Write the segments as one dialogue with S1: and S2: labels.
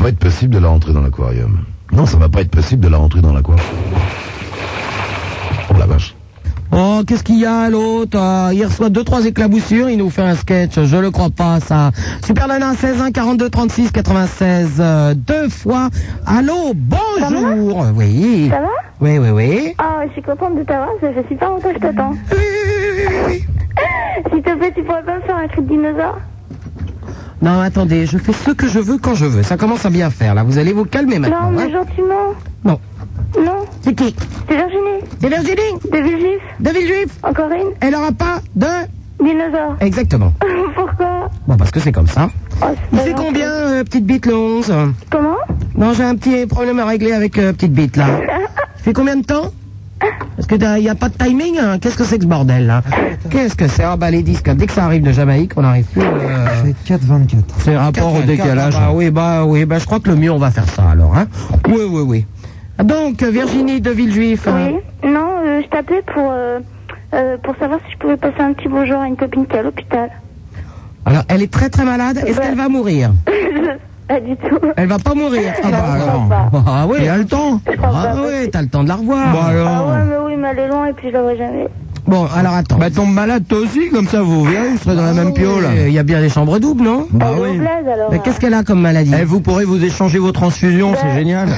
S1: pas être possible de la rentrer dans l'aquarium. Non, ça va pas être possible de la rentrer dans l'aquarium. Oh la vache.
S2: Oh, qu'est-ce qu'il y a l'autre Euh, Il reçoit deux trois éclaboussures, il nous fait un sketch, je le crois pas ça. Super Nana 16 1 42 36 96 euh, deux fois. Allô, bonjour. oui.
S3: Ça va
S2: Oui oui oui.
S3: Ah, je suis contente de t'avoir, ça fait super longtemps que je t'attends. S'il te plaît, tu pourrais pas me faire un cri de dinosaure
S2: Non, attendez, je fais ce que je veux quand je veux. Ça commence à bien faire là. Vous allez vous calmer maintenant.
S3: Non, mais
S2: hein.
S3: gentiment.
S2: Non.
S3: Non,
S2: C'est qui
S3: c'est Virginie,
S2: C'est Virginie
S3: de Villejuif,
S2: de Villejuif.
S3: encore une,
S2: Elle aura pas de
S3: dinosaure.
S2: Exactement.
S3: Pourquoi
S2: Bon parce que c'est comme ça.
S3: oh,
S2: Il
S3: pas
S2: fait
S3: gentil.
S2: combien euh, petite bite le 11
S3: Comment
S2: Non, j'ai un petit problème à régler avec euh, petite bite là. Tu fais combien de temps Parce que il n'y a pas de timing. hein. Qu'est-ce que c'est que ce bordel là Qu'est-ce que c'est Ah bah les disques. Dès que ça arrive de Jamaïque, on n'arrive plus. euh,
S4: C'est 4,24.
S2: c'est rapport au
S4: 84,
S2: décalage.
S4: ah bah
S2: oui, bah oui, bah je crois que le mieux on va faire ça alors. Hein oui, oui, oui. Donc euh, Virginie de Villejuif. euh,
S3: Oui. Non, euh, je t'appelais pour, euh, euh, pour savoir si je pouvais passer un petit bonjour à une copine qui est à l'hôpital.
S2: Alors elle est très très malade. Est-ce
S3: Ouais.
S2: qu'elle va mourir
S3: Pas du tout.
S2: Elle va pas mourir.
S4: Ah bah
S3: Je
S4: alors.
S3: crois pas.
S2: Bah, ah oui.
S4: Il a le temps
S2: Ah oui, t'as le temps de la revoir.
S4: Bon
S3: Ah
S4: Bah, alors.
S3: ouais, mais oui, mais elle est loin et puis je la vois jamais.
S2: Bon, alors attends. Ah,
S4: Bah tombe malade toi aussi, comme ça vous verrez, vous serez dans la même piole.
S2: Il y a bien des chambres doubles, non
S4: Bah
S3: elle est
S4: oui.
S3: anglaise, alors.
S2: Mais qu'est-ce qu'elle a comme maladie
S4: Eh, vous pourrez vous échanger vos transfusions, c'est génial.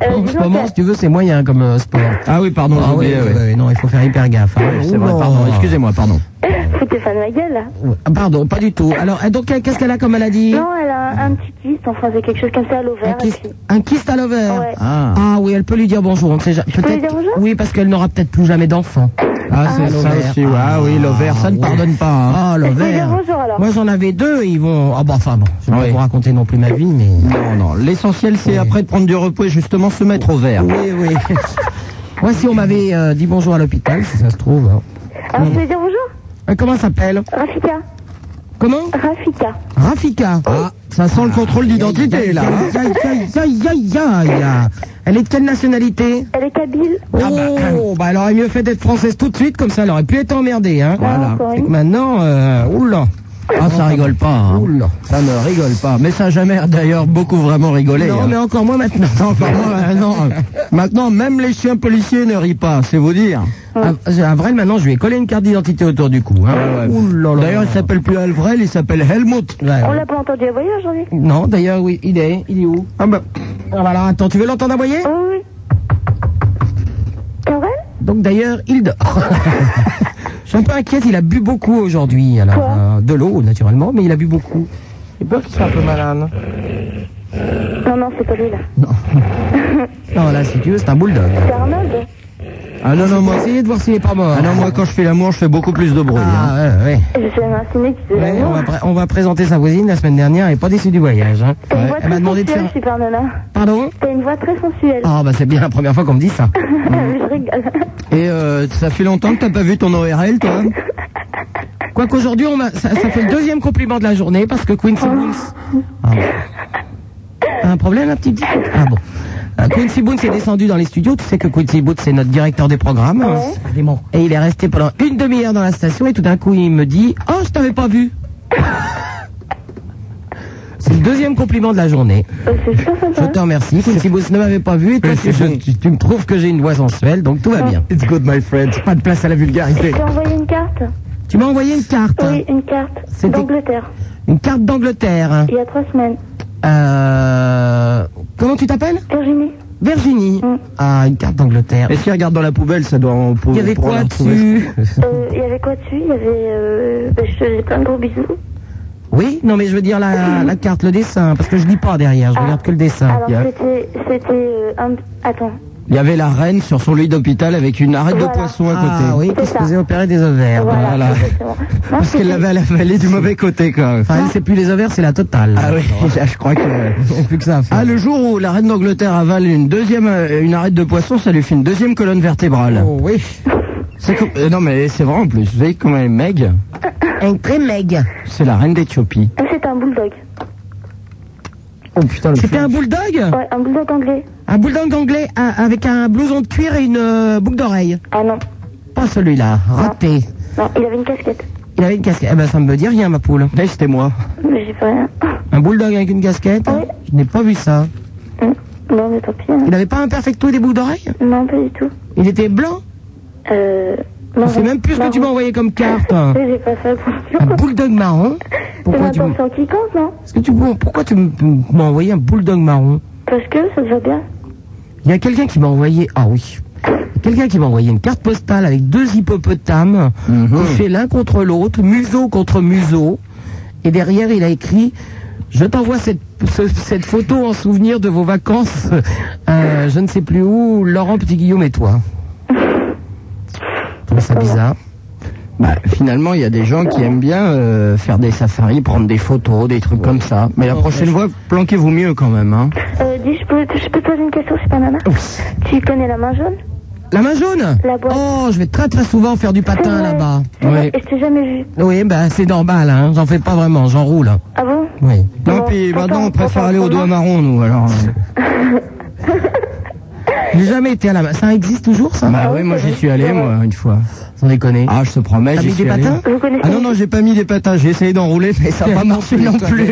S3: Euh,
S2: En ce
S3: disons
S2: moment,
S3: qu'elle-
S2: si tu veux, c'est moyen comme euh, sport.
S4: Ah oui, pardon,
S2: Ah
S4: j'ai
S2: oui,
S4: oublié,
S2: oui,
S4: ouais.
S2: oui, non, il faut faire hyper gaffe. hein.
S4: Ouais, c'est vrai,
S2: Oula.
S4: pardon, excusez-moi, pardon.
S3: Foutez fan de ma gueule, là.
S2: Ah, Pardon, pas du tout. Alors, euh, donc, euh, qu'est-ce qu'elle a comme maladie
S3: Non, elle a un, un petit kyste, enfin, c'est quelque chose comme ça à
S2: un
S3: l'ovaire. et
S2: kyste,
S3: puis-
S2: un kyste à l'ovaire.
S3: Ouais.
S4: Ah,
S2: Ah oui, elle peut lui dire bonjour. On ne sait ja-
S3: peux lui
S2: peut-être-
S3: dire bonjour
S2: Oui, parce qu'elle n'aura peut-être plus jamais d'enfant.
S4: ah c'est ça
S2: l'ovaire.
S4: aussi, ouais. Ah oui, l'ovaire, ça ne
S2: Ah,
S4: pardonne pas. hein.
S2: Ah,
S3: Je peux lui dire
S2: l'ovaire.
S3: bonjour, alors.
S2: Moi, j'en avais deux et ils vont. Ah, bah, enfin, bon, je vais
S4: Oui.
S2: pas vous raconter non plus ma vie, mais.
S4: Non, non, l'essentiel c'est après de prendre du repos et justement se mettre au vert.
S2: Oui, oui. Moi, si on m'avait euh, dit bonjour à l'hôpital, si ça se trouve. hein.
S3: Alors, je peux lui dire bonjour
S2: Euh, Comment s'appelle
S3: Rafika.
S2: Comment
S3: Rafika.
S2: Rafika.
S4: Ah, ça sent le contrôle d'identité là. hein.
S2: Aïe, aïe, aïe, aïe, aïe, aïe. Elle est de quelle nationalité
S3: Elle est kabyle.
S4: Ah,
S2: Oh, bah elle aurait mieux fait d'être française tout de suite, comme ça elle aurait pu être emmerdée. Hein.
S3: Voilà. Encore
S2: Et
S3: une.
S2: que maintenant, euh, oula,
S4: Ah, ça rigole pas. hein.
S2: oula.
S4: Ça ne rigole pas. Mais ça a jamais d'ailleurs beaucoup vraiment rigolé.
S2: Non,
S4: hein.
S2: mais encore moins maintenant.
S4: Non, pardon, euh, non. Maintenant, même les chiens policiers ne rient pas, c'est vous dire.
S2: Ah, Avrel, maintenant, je lui ai collé une carte d'identité autour du cou. Hein. Oula, là.
S4: D'ailleurs, il s'appelle plus Alvrel, il s'appelle Helmut.
S2: Ouais,
S3: On
S2: ouais.
S3: l'a pas entendu aboyer aujourd'hui
S2: Non, d'ailleurs, oui, il est, il est où
S4: Ah bah,
S2: Ah, bah, alors, attends, tu veux l'entendre aboyer
S3: Oh oui. T'es vrai
S2: Donc d'ailleurs, il dort. Je suis un peu inquiète, il a bu beaucoup aujourd'hui. Alors,
S3: Quoi
S2: euh, de l'eau, naturellement, mais il a bu beaucoup. J'ai peur qu'il soit un peu malade.
S3: Non, non, c'est pas lui, là.
S2: Non, là, si tu veux, c'est un bulldog.
S3: C'est Arnold
S4: ah non, non,
S2: On
S4: moi,
S2: va essayer de voir s'il est pas mort.
S4: ah non, moi, quand je fais l'amour, je fais beaucoup plus de bruit. hein.
S2: Ah, ouais, ouais.
S3: Je vais m'insinuer qu'il
S2: Ouais,
S3: l'amour.
S2: on, va pré- on va présenter sa voisine la semaine dernière, elle est pas déçue du voyage. hein.
S3: T'as une voix
S2: Elle m'a
S3: très
S2: demandé de
S3: sensuelle,
S2: faire.
S3: super nana.
S2: Pardon
S3: T'as une voix très sensuelle.
S2: Ah, mm. bah c'est bien la première fois qu'on me dit ça.
S3: je rigole. Oh,
S4: Et euh, ça fait longtemps que t'as pas vu ton ORL, toi hein
S2: Quoi qu'aujourd'hui, on m'a- ça, ça fait le deuxième compliment de la journée parce que Quincy Boone. Ah bon. T'as un problème, la petite Ah bon. Euh, Quincy Boone est descendu dans les studios. Tu sais que Quincy Boone, c'est notre directeur des programmes. hein.
S3: Ouais.
S2: C'est un démon. Et il est resté pendant une demi-heure dans la station et tout d'un coup, il me dit Oh, je t'avais pas vu. C'est le deuxième compliment de la journée.
S3: Euh, C'est super
S2: Je
S3: sympa.
S2: te remercie. Quincy Boone ne m'avait pas vu et toi,
S4: Mais
S2: tu,
S4: c'est
S2: je-
S4: bon.
S2: tu- tu me trouves que j'ai une voix sensuelle, donc tout va bien.
S4: It's good, my friend. Pas de place à la vulgarité.
S3: J'ai envoyé une carte.
S2: Tu m'as envoyé une carte.
S3: Oui, une carte.
S2: Hein C'était-
S3: D'Angleterre.
S2: Une carte d'Angleterre. hein.
S3: Il y a trois semaines.
S2: Euh, comment tu t'appelles
S3: Virginie.
S2: Virginie.
S3: Mm.
S2: Ah, une carte d'Angleterre.
S4: Et si regarde dans la poubelle, ça doit en
S2: Il y avait
S4: pour
S2: quoi
S4: la retrouver.
S2: dessus
S3: Euh, Il y avait quoi dessus Il y avait. Euh, bah, je te fais plein de gros bisous.
S2: Oui, non mais je veux dire la, la carte, le dessin, parce que je lis pas derrière, je
S3: Ah.
S2: regarde que le dessin.
S3: Alors,
S4: il y a-
S3: c'était. C'était. euh, un... Attends.
S4: Il y avait la reine sur son lit d'hôpital avec une arête de
S3: Voilà.
S4: poisson à côté.
S2: Ah oui,
S3: C'est
S2: qui se
S3: ça.
S2: faisait opérer des ovaires.
S3: Voilà,
S4: voilà.
S3: exactement. Non,
S4: Parce
S3: c'était-
S4: qu'elle l'avait à la vallée du mauvais côté, quoi.
S2: Enfin,
S3: Ah.
S2: elle, c'est plus les ovaires, c'est la totale.
S4: Ah oui, je crois que...
S2: Ils ont plus que ça à faire.
S4: Ah, le jour où la reine d'Angleterre avale une deuxième, euh, une arête de poisson, ça lui fait une deuxième colonne vertébrale.
S2: Oh, oui.
S4: C'est com- euh, non mais c'est vrai en plus. Vous savez comment elle est meg
S2: Un très meg.
S4: C'est la reine d'Éthiopie.
S3: C'est ah, un bulldog.
S4: Oh putain, le
S2: C'était
S4: film.
S2: un bulldog
S3: Ouais, un bulldog anglais.
S2: Un bulldog anglais un- avec un blouson de cuir et une euh, boucle d'oreille.
S3: Ah non.
S2: Pas celui-là, raté.
S3: Non, il avait une casquette.
S2: Il avait une casquette. Eh ben ça me dit rien ma poule.
S4: Eh, c'était moi.
S3: Mais j'ai pas rien.
S2: Un bulldog avec une casquette
S3: Oui,
S2: Je n'ai pas vu ça.
S3: Hum. Bon, mais tant pis. hein.
S2: Il n'avait pas un perfecto des boucles d'oreilles
S3: Non, pas du tout.
S2: Il était blanc
S3: Euh.
S2: Je
S3: marron.
S2: sais même plus ce que tu m'as
S3: Marron.
S2: envoyé comme carte.
S3: Oui, j'ai pas fait attention.
S2: Un bulldog marron
S3: C'est
S2: Pourquoi tu, m-
S3: l'attention qui compte, non
S2: est-ce que tu peux- pourquoi tu m- m'as envoyé un bulldog marron
S3: Parce que ça te va bien.
S2: Il y a quelqu'un qui m'a envoyé. Ah oui. Quelqu'un qui m'a envoyé une carte postale avec deux hippopotames couchés l'un contre l'autre, museau contre museau. Et derrière, il a écrit Je t'envoie cette, ce- cette photo en souvenir de vos vacances, euh, je ne sais plus où, Laurent Petit Guillaume et toi. Je trouve ça bizarre.
S4: Bah, finalement, il y a des gens qui aiment bien euh, faire des safaris, prendre des photos, des trucs comme ça. Mais la
S2: Ouais,
S4: prochaine fois, planquez-vous mieux quand même. Hein.
S3: Euh, dis, je peux, je peux te poser une question, c'est pas nana
S2: Oh.
S3: Tu connais la main jaune
S2: La main jaune
S3: La boîte.
S2: Oh, je vais très très souvent faire du patin
S3: Ouais.
S2: là-bas.
S3: C'est vrai,
S4: Oui.
S3: Et je t'ai jamais vu.
S2: Oui, ben c'est normal, hein. j'en fais pas vraiment, j'en roule. hein.
S3: Ah bon
S2: Oui.
S4: Non,
S3: Bon,
S4: puis maintenant,
S3: attends,
S4: on préfère
S3: attends,
S4: aller au doigt
S3: attends.
S4: marron, nous, alors.
S2: J'ai jamais été à la main. Ça existe toujours ça
S4: Bah ouais, moi, j'y suis allé, moi, une fois.
S2: Sans déconner.
S4: Ah, je te promets,
S2: T'as
S4: j'y
S2: mis
S4: suis
S2: des
S4: allé.
S2: patins
S3: Vous connaissez
S4: Ah non, non, j'ai pas mis des patins, j'ai essayé d'enrouler, mais ça n'a pas marché non plus.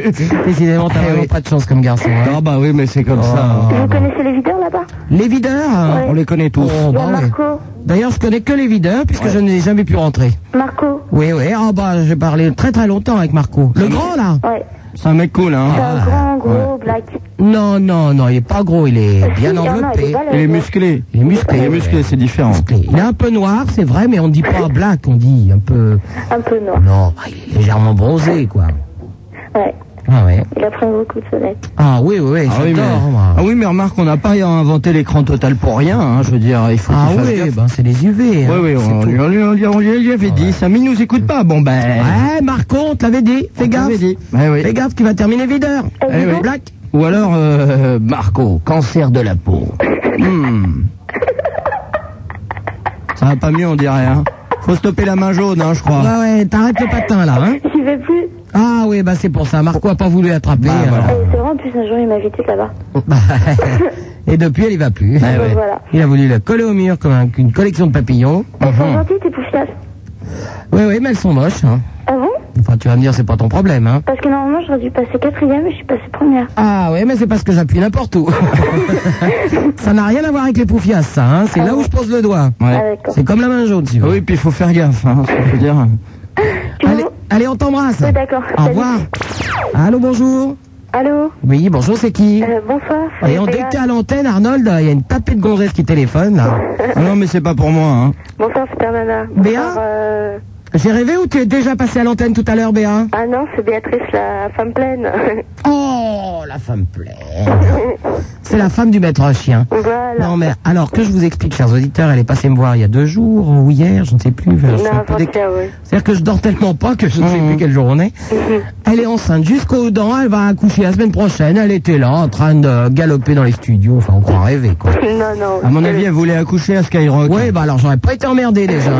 S2: Décidément, t'as
S4: Eh
S2: vraiment
S4: oui.
S2: pas de chance comme garçon. hein.
S4: Ah bah oui, mais c'est comme ça. hein.
S3: Vous connaissez les videurs là-bas
S2: Les videurs hein.
S4: On les connaît
S2: Oh,
S4: tous.
S3: Il y a
S2: bah ouais.
S3: Marco.
S2: D'ailleurs, je connais que les videurs puisque je n'ai jamais pu rentrer.
S3: Marco.
S2: Oui, oui. Ah bah, j'ai parlé très très longtemps avec Marco. Le grand là
S3: Ouais.
S4: C'est un mec cool,
S3: C'est
S4: hein.
S2: Ah.
S3: un grand, gros black.
S2: Non, non, non, il est pas gros, il est bien
S3: Si, il y en a, il est
S2: enveloppé.
S3: balèze.
S4: Il est musclé.
S2: Il est musclé.
S4: Il est
S2: ouais.
S4: musclé, c'est différent.
S2: Musclé. Il est un peu noir, c'est vrai, mais on dit pas black, on dit un peu.
S3: Un peu noir.
S2: Non, ah, il est légèrement bronzé, quoi.
S3: Ouais.
S2: Ah ouais.
S3: Il a pris beaucoup de soleil.
S2: Ah oui, oui, oui,
S4: Ah oui, mais,
S2: j'adore. moi.
S4: ah oui, mais remarque, on n'a pas inventé l'écran total pour rien, hein, je veux dire, il faut
S2: Ah
S4: qu'il fasse
S2: oui,
S4: gaffe.
S2: ben c'est les UV. hein,
S4: Oui, oui,
S2: c'est
S4: on,
S2: tout.
S4: lui- on lui- on lui- on lui- on lui avait dit, Samy nous écoute pas, bon ben...
S2: Ouais, Marco, on te l'avait dit. Fais
S4: on
S2: gaffe.
S4: t'avait dit. Ouais, oui.
S2: Fais gaffe, tu vas terminer videur.
S4: Eh oui.
S2: Black.
S4: Ou alors, euh, Marco, cancer de la peau. Hmm. Ça va pas mieux, on dirait, hein. Faut stopper la main jaune, hein, je crois.
S2: Ouais, ouais, t'arrêtes le patin là, hein.
S3: J'y vais plus.
S2: Ah oui, bah c'est pour ça. Marco a pas voulu l'attraper.
S4: Bah,
S2: alors.
S4: voilà.
S3: Et c'est vrai, en plus, un jour, il m'a invité là-bas.
S2: Bah, Et depuis, elle y va plus.
S4: Eh
S3: Donc
S4: ouais.
S3: voilà.
S2: Il a voulu la coller au mur comme un- une collection de papillons.
S3: Elles
S4: Mhm.
S3: sont gentilles, tes poufias.
S2: Oui, oui, mais elles sont moches. Hein.
S3: Ah bon
S2: Enfin, tu vas me dire, c'est pas ton problème. Hein.
S3: Parce que normalement, j'aurais dû passer quatrième et je suis passée première.
S2: Ah oui, mais c'est parce que j'appuie n'importe où. ça n'a rien à voir avec les poufias, ça. Hein. C'est là où je pose le doigt.
S4: Ah Ouais. Ah
S3: Ah d'accord.
S2: C'est comme la main jaune, tu vois.
S4: Oui, puis il faut faire gaffe, hein, je veux dire.
S3: Tu
S2: Allez,
S3: vois
S2: allez, on t'embrasse.
S3: Oui, d'accord.
S2: Au
S3: Salut.
S2: revoir. Allô, bonjour.
S3: Allô
S2: Oui, bonjour, c'est qui
S3: Euh, Bonsoir.
S2: Et on
S3: Frédéric
S2: dès que t'es
S3: Pégal.
S2: à l'antenne, Arnold, il y a une tapée de gonzesse qui téléphone, là.
S4: Ah non, mais c'est pas pour moi, hein.
S3: Bonsoir, Supernana.
S2: Béa
S3: Bonsoir, euh,
S2: J'ai rêvé ou tu es déjà passé à l'antenne tout à l'heure, Béa
S3: Ah non, c'est Béatrice, la femme pleine.
S2: Oh, la femme pleine. C'est la femme du maître chien.
S3: voilà.
S2: Non, mais alors que je vous explique, chers auditeurs, elle est passée me voir il y a deux jours ou hier, je ne sais plus. je suis un peu
S3: N'importe
S2: décalé.
S3: quoi, oui.
S2: C'est-à-dire que je dors tellement pas que je ne sais
S4: Mhm.
S2: plus quel jour on est.
S3: Mhm.
S2: Elle est enceinte jusqu'aux dents, elle va accoucher la semaine prochaine. Elle était là en train de galoper dans les studios, enfin on croit rêver quoi.
S3: Non, non. Euh,
S4: À mon avis, elle voulait accoucher à Skyrock.
S2: Ouais, bah alors j'aurais pas été emmerdé déjà. hein.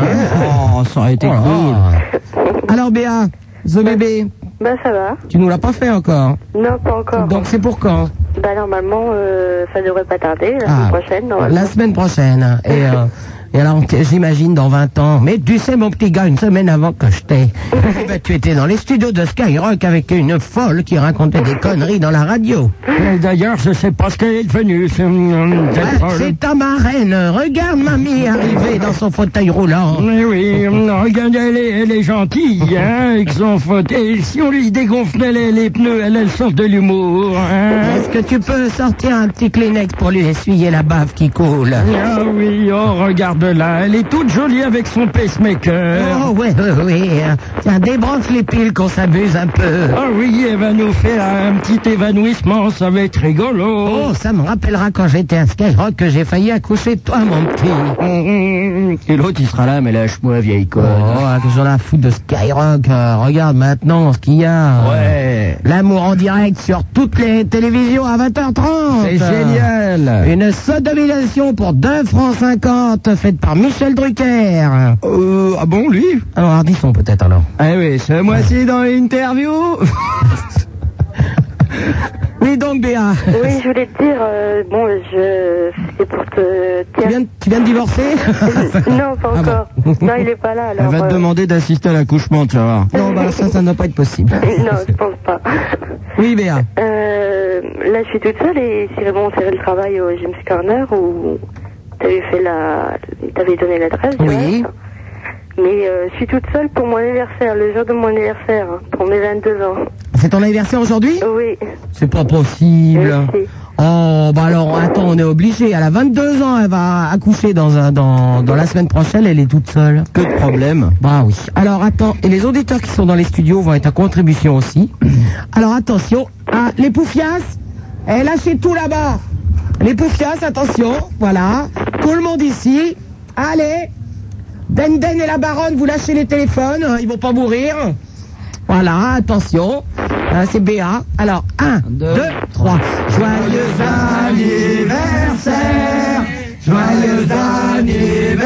S4: Oh, ça aurait été cool.
S2: cool. Alors Béa, The Bébé,
S3: Bah ça va.
S2: tu nous l'as pas fait encore.
S3: Non, pas encore.
S2: Donc c'est pour quand
S3: Bah normalement, euh, ça devrait pas tarder. La
S2: Ah,
S3: semaine prochaine, normalement.
S2: La semaine prochaine. Et, euh, et alors t- j'imagine dans 20 ans. Mais tu sais mon petit gars, une semaine avant que je t'ai, eh ben, tu étais dans les studios de Skyrock avec une folle qui racontait des conneries dans la radio.
S4: D'ailleurs, je sais pas ce euh, qu'elle est devenue.
S2: Ah, C'est ta marraine. Regarde mamie arriver dans son fauteuil roulant.
S4: Mais oui, euh, regarde, elle est, elle est gentille, hein, avec son fauteuil. Si on lui dégonflait les, les pneus, elle a le sens de l'humour, hein.
S2: Est-ce que tu peux sortir un petit Kleenex pour lui essuyer la bave qui coule
S4: Ah oui, oh, regarde-la, elle est toute jolie avec son pacemaker.
S2: Oh, oui, oui, oui. Tiens, débranche les piles qu'on s'abuse un peu.
S4: Ah oui, elle va nous faire un petit évanouissement, ça va être rigolo.
S2: Oh, ça me rappellera quand j'étais à Skyrock que j'ai failli accoucher de toi, mon petit.
S4: Et Oh, l'autre, il sera là, mais lâche-moi, vieille
S2: Oh,
S4: conne.
S2: que j'en ai foutu de Skyrock. Euh, regarde maintenant ce qu'il y
S4: Oh.
S2: a.
S4: Ouais,
S2: L'amour en direct sur toutes les télévisions à 20h30.
S4: c'est génial.
S2: Une sodomisation pour 2 francs 50 faite par Michel Drucker.
S4: Euh, ah bon, lui
S2: Alors, Ardisson peut-être alors.
S4: Ah oui, ce mois-ci dans l'interview.
S2: Oui, donc Béa,
S3: Oui, je voulais te dire, euh, bon, je... c'est pour te...
S2: tu viens, de- tu viens de divorcer
S3: Non, pas encore. non, il est pas là,
S4: Ah Elle
S3: alors...
S4: va te
S3: euh,
S4: demander d'assister à l'accouchement, tu vas voir.
S2: Non, bah ça, ça ne doit pas être possible.
S3: Non, je pense pas.
S2: Oui, Béa.
S3: Euh, là, je suis toute seule et si vraiment on serrait le travail au James Corner où t'avais fait la, t'avais donné l'adresse. du
S2: Oui.
S3: reste. Mais euh, je suis toute seule pour mon anniversaire, le jour de mon anniversaire, hein, pour mes 22 ans.
S2: C'est ton anniversaire aujourd'hui
S3: Oui.
S2: C'est pas possible.
S3: Merci.
S2: Oh, bah alors, attends, on est obligé. Elle a 22 ans, elle va accoucher dans, un, dans, dans la semaine prochaine, elle est toute seule.
S4: Que de problème
S2: Bah oui. Alors, attends, et les auditeurs qui sont dans les studios vont être à contribution aussi. Alors, attention, ah, les poufias, eh, lâchez tout là-bas. Les poufias, attention, voilà. Tout le monde ici. Allez, Denden et la baronne, vous lâchez les téléphones, hein, ils vont pas mourir. Voilà, attention. Euh, c'est BA. Alors, 1, 2, 3. Joyeux anniversaire Joyeux anniversaire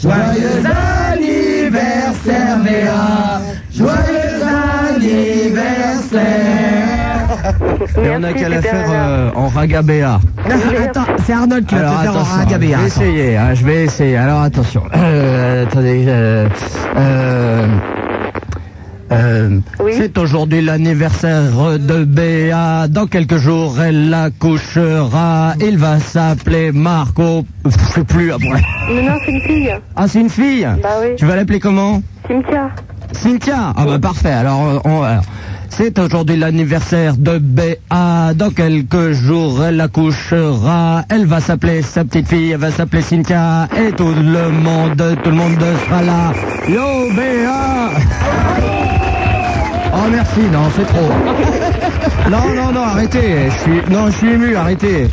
S2: Joyeux anniversaire, BA Joyeux anniversaire
S4: Mais on a
S3: Merci,
S4: qu'à la
S3: c'était
S4: faire
S3: Anna.
S4: euh, en ragabéa.
S2: Attends, c'est Arnold qui va te faire en
S4: attention,
S2: raga,
S4: Je
S2: BA.
S4: vais essayer, hein, je vais essayer. Alors attention. Euh, attendez. euh, euh, euh,
S3: Oui.
S4: C'est aujourd'hui l'anniversaire de Béa. Dans quelques jours, elle accouchera. Il va s'appeler Marco. Je sais plus après.
S3: Mais non, c'est une fille.
S4: Ah, c'est une fille
S3: Bah oui.
S4: Tu vas l'appeler comment
S3: Cynthia.
S4: Cynthia Ah bah parfait, alors euh, on alors, C'est aujourd'hui l'anniversaire de Béa. Dans quelques jours, elle accouchera. Elle va s'appeler sa petite fille, elle va s'appeler Cynthia. Et tout le monde, tout le monde sera là. Yo Béa Oh merci, non, c'est trop. Non, non, non, arrêtez. Je suis, non, je suis ému, arrêtez.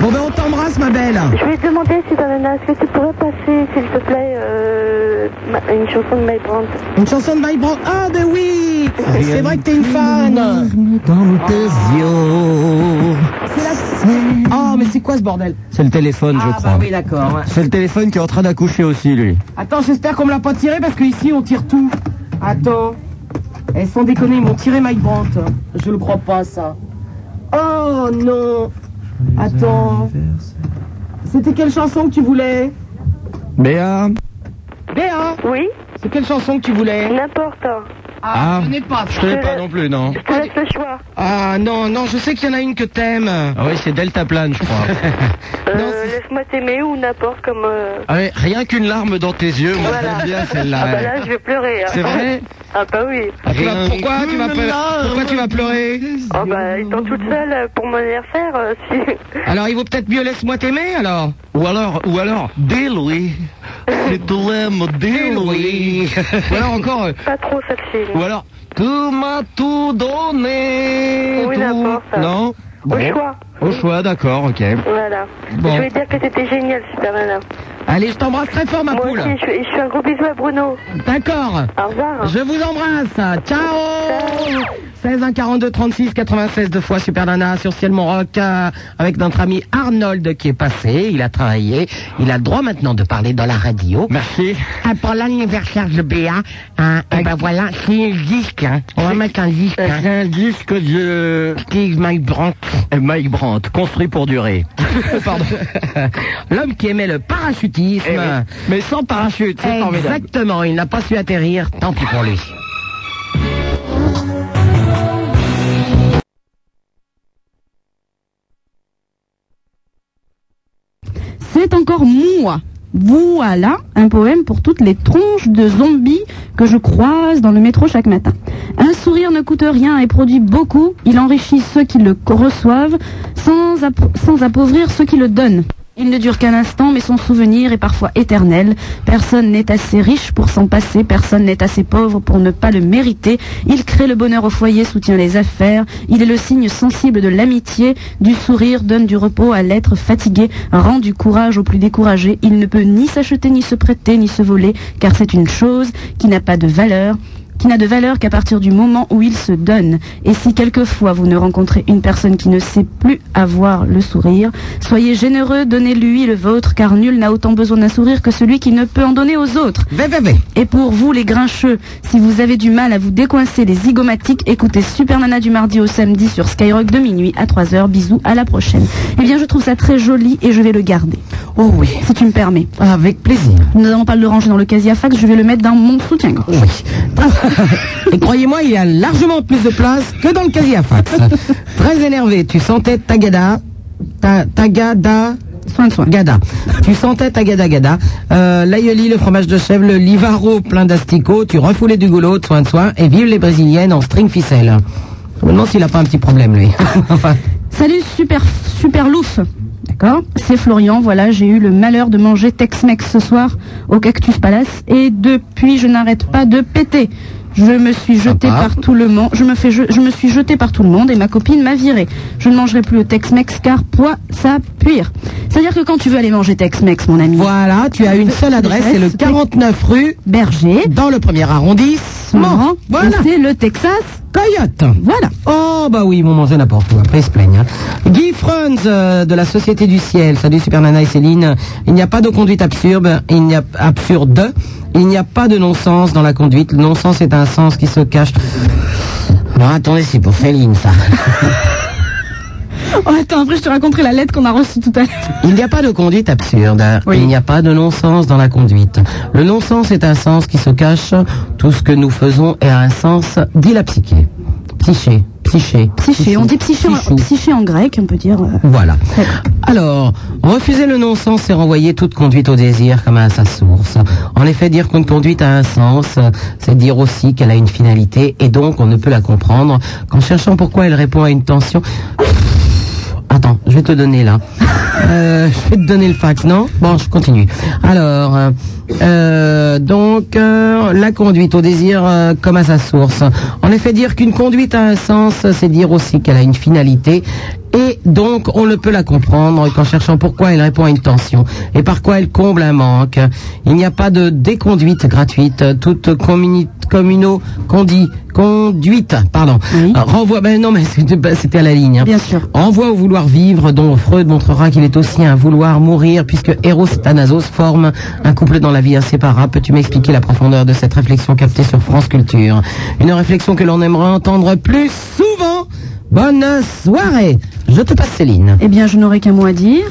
S2: Bon ben on t'embrasse ma belle
S3: Je vais te demander si t'en as, est-ce que tu pourrais passer, s'il te plaît, euh, ma- une chanson de My Brand
S2: Une chanson de Mike Brown. Ah, ben oui C'est vrai que t'es une fan
S4: Dans tes yeux.
S2: C'est la- Oh, mais c'est quoi ce bordel
S4: C'est le téléphone, je
S2: Ah,
S4: crois.
S2: bah oui, d'accord. ouais.
S4: C'est le téléphone qui est en train d'accoucher aussi, lui.
S2: Attends, j'espère qu'on me l'a pas tiré parce qu'ici, on tire tout. Attends. Eh, sans déconner, ils m'ont tiré Mike Brandt. Je le crois pas, ça. Oh, non Attends. C'était quelle chanson que tu voulais
S4: Béa
S2: Béa
S3: Oui
S2: C'est quelle chanson que tu voulais
S3: N'importe. hein.
S4: Ah.
S2: je n'ai pas.
S4: Je connais pas non plus, non.
S3: Je te laisse le choix.
S2: Ah, non, non, je sais qu'il y en a une que t'aimes.
S4: Ah oui, c'est Deltaplane, je crois.
S3: Euh, laisse-moi t'aimer ou n'importe comme... euh,
S4: ah oui, rien qu'une larme dans tes yeux, moi j'aime bien celle-là.
S3: Ah bah
S4: ouais.
S3: là, je vais pleurer. hein.
S4: c'est vrai
S3: Ah bah oui.
S2: Tu vas-
S4: Rien
S2: pourquoi, tu vas
S4: qu'une Oh.
S2: pleurer pourquoi tu vas pleurer
S3: Ah bah, étant toute seule euh, pour mon anniversaire, euh, si...
S2: Alors il vaut peut-être mieux laisse-moi t'aimer alors
S4: Ou alors, ou alors, dis-lui. Si tu l'aimes, dis-lui. ou alors encore, euh,
S3: Pas trop sexy.
S4: ou alors, tu m'as tout donné.
S3: Oui,
S4: tout-
S3: n'importe.
S4: Non
S3: Au
S4: Bon.
S3: choix.
S4: Au choix, d'accord, ok.
S3: Voilà.
S4: Bon.
S3: Je voulais dire que t'étais génial, super nana.
S2: Allez, je t'embrasse très
S4: Ah,
S2: fort ma
S3: Moi
S2: poule.
S3: aussi, je, fais- je fais un gros bisou à Bruno.
S2: D'accord.
S3: Au revoir.
S2: Je vous embrasse. Ciao.
S3: Ciao.
S2: 16 1 42 36 96 deux fois Super Nana sur Ciel Mon Rock euh, avec notre ami Arnold qui est passé, il a travaillé, il a le droit maintenant de parler dans la radio.
S4: Merci.
S2: Ah, pour l'anniversaire de Béa, hein, et ben voilà, c'est un disque, hein. on va mettre un disque, hein.
S4: un disque de
S2: Steve Mike Brandt.
S4: Mike Brandt, construit pour durer.
S2: Pardon. L'homme qui aimait le parachutisme.
S4: Eh oui. Mais sans parachute, c'est formidable.
S2: Exactement, il n'a pas su atterrir, tant pis pour lui.
S5: C'est encore moi. Voilà un poème pour toutes les tronches de zombies que je croise dans le métro chaque matin. Un sourire ne coûte rien et produit beaucoup. Il enrichit ceux qui le co- reçoivent sans, ap- sans appauvrir ceux qui le donnent. Il ne dure qu'un instant, mais son souvenir est parfois éternel. Personne n'est assez riche pour s'en passer, personne n'est assez pauvre pour ne pas le mériter. Il crée le bonheur au foyer, soutient les affaires. Il est le signe sensible de l'amitié, du sourire, donne du repos à l'être fatigué, rend du courage au plus découragé. Il ne peut ni s'acheter, ni se prêter, ni se voler, car c'est une chose qui n'a pas de valeur qui n'a de valeur qu'à partir du moment où il se donne. Et si quelquefois vous ne rencontrez une personne qui ne sait plus avoir le sourire, soyez généreux, donnez-lui le vôtre, car nul n'a autant besoin d'un sourire que celui qui ne peut en donner aux autres. Et pour vous, les grincheux, si vous avez du mal à vous décoincer des zygomatiques, écoutez Super Nana du mardi au samedi sur Skyrock de minuit à 3h. Bisous, à la prochaine. Eh bien, je trouve ça très joli et je vais le garder.
S2: Oh oui,
S5: si tu me permets.
S2: avec plaisir.
S5: Nous n'allons pas le ranger dans le casier à fax, je vais le mettre dans mon soutien-gorge.
S2: Oui. Et croyez-moi, il y a largement plus de place que dans le casier à fax. Très énervé, tu sentais Tagada, ta, Tagada,
S5: Soin de soin.
S2: Gada. Tu sentais Tagada Gada, euh, l'aïoli, le fromage de chèvre, le livaro plein d'asticots, tu refoulais du goulot, soin de soin, et vive les brésiliennes en string ficelle. Je me demande s'il a pas un petit problème, lui. Enfin,
S5: Salut super super louf. D'accord C'est Florian, voilà, j'ai eu le malheur de manger Tex-Mex ce soir au Cactus Palace et depuis je n'arrête pas de péter. Je me suis jeté
S1: Sympa.
S5: par tout le monde, je me fais je, je me suis jeté par tout le monde et ma copine m'a viré. Je ne mangerai plus le Tex-Mex car poids ça puire. C'est-à-dire que quand tu veux aller manger Tex-Mex mon ami,
S2: voilà, tu as une seule adresse, c'est le 49 rue,
S5: Berger,
S2: dans le premier
S5: Morand,
S2: arrondissement. Voilà,
S5: et c'est le Texas,
S2: Mmh. Coyote.
S5: voilà.
S2: Oh bah oui, ils m'ont mangé n'importe où, après ils se plaignent. hein. Guy Frunz euh, de la Société du Ciel, salut Supernana et Céline. Il n'y a pas de conduite absurde, il n'y a absurde, il n'y a pas de non-sens dans la conduite. Le non-sens est un sens qui se cache. Alors attendez, c'est pour Céline ça.
S5: Oh attends, après je te raconterai la lettre qu'on a reçue tout à l'heure.
S2: Il n'y a pas de conduite absurde.
S5: Oui.
S2: Il n'y a pas de non-sens dans la conduite. Le non-sens est un sens qui se cache. Tout ce que nous faisons est un sens, dit la psyché. Psyché, psyché.
S5: Psyché, on dit psyché,
S2: psyché.
S5: en, psyché en grec, on peut dire. euh,
S2: Voilà. Alors, refuser le non-sens, c'est renvoyer toute conduite au désir comme à sa source. En effet, dire qu'une conduite a un sens, euh, c'est dire aussi qu'elle a une finalité et donc on ne peut la comprendre qu'en cherchant pourquoi elle répond à une tension. Attends, je vais te donner là. Euh, je vais te donner le fax, non Bon, je continue. Alors, euh, euh, donc, euh, la conduite au désir euh, comme à sa source. En effet, dire qu'une conduite a un sens, c'est dire aussi qu'elle a une finalité. Et donc, on ne peut la comprendre qu'en cherchant pourquoi elle répond à une tension et par quoi elle comble un manque. Il n'y a pas de déconduite gratuite. Toute communi- communo, condi- conduite, pardon,
S5: Oui.
S2: euh, renvoie... Ben non, mais c'était pas- c'était à la ligne. hein.
S5: Bien sûr.
S2: Envoi au vouloir vivre, dont Freud montrera qu'il est aussi un vouloir mourir, puisque Eros et Thanasos forment un couple dans la vie inséparable. Peux-tu m'expliquer la profondeur de cette réflexion captée sur France Culture Une réflexion que l'on aimerait entendre plus souvent. Bonne soirée Je te passe Céline.
S5: Eh bien, je n'aurai qu'un mot à dire.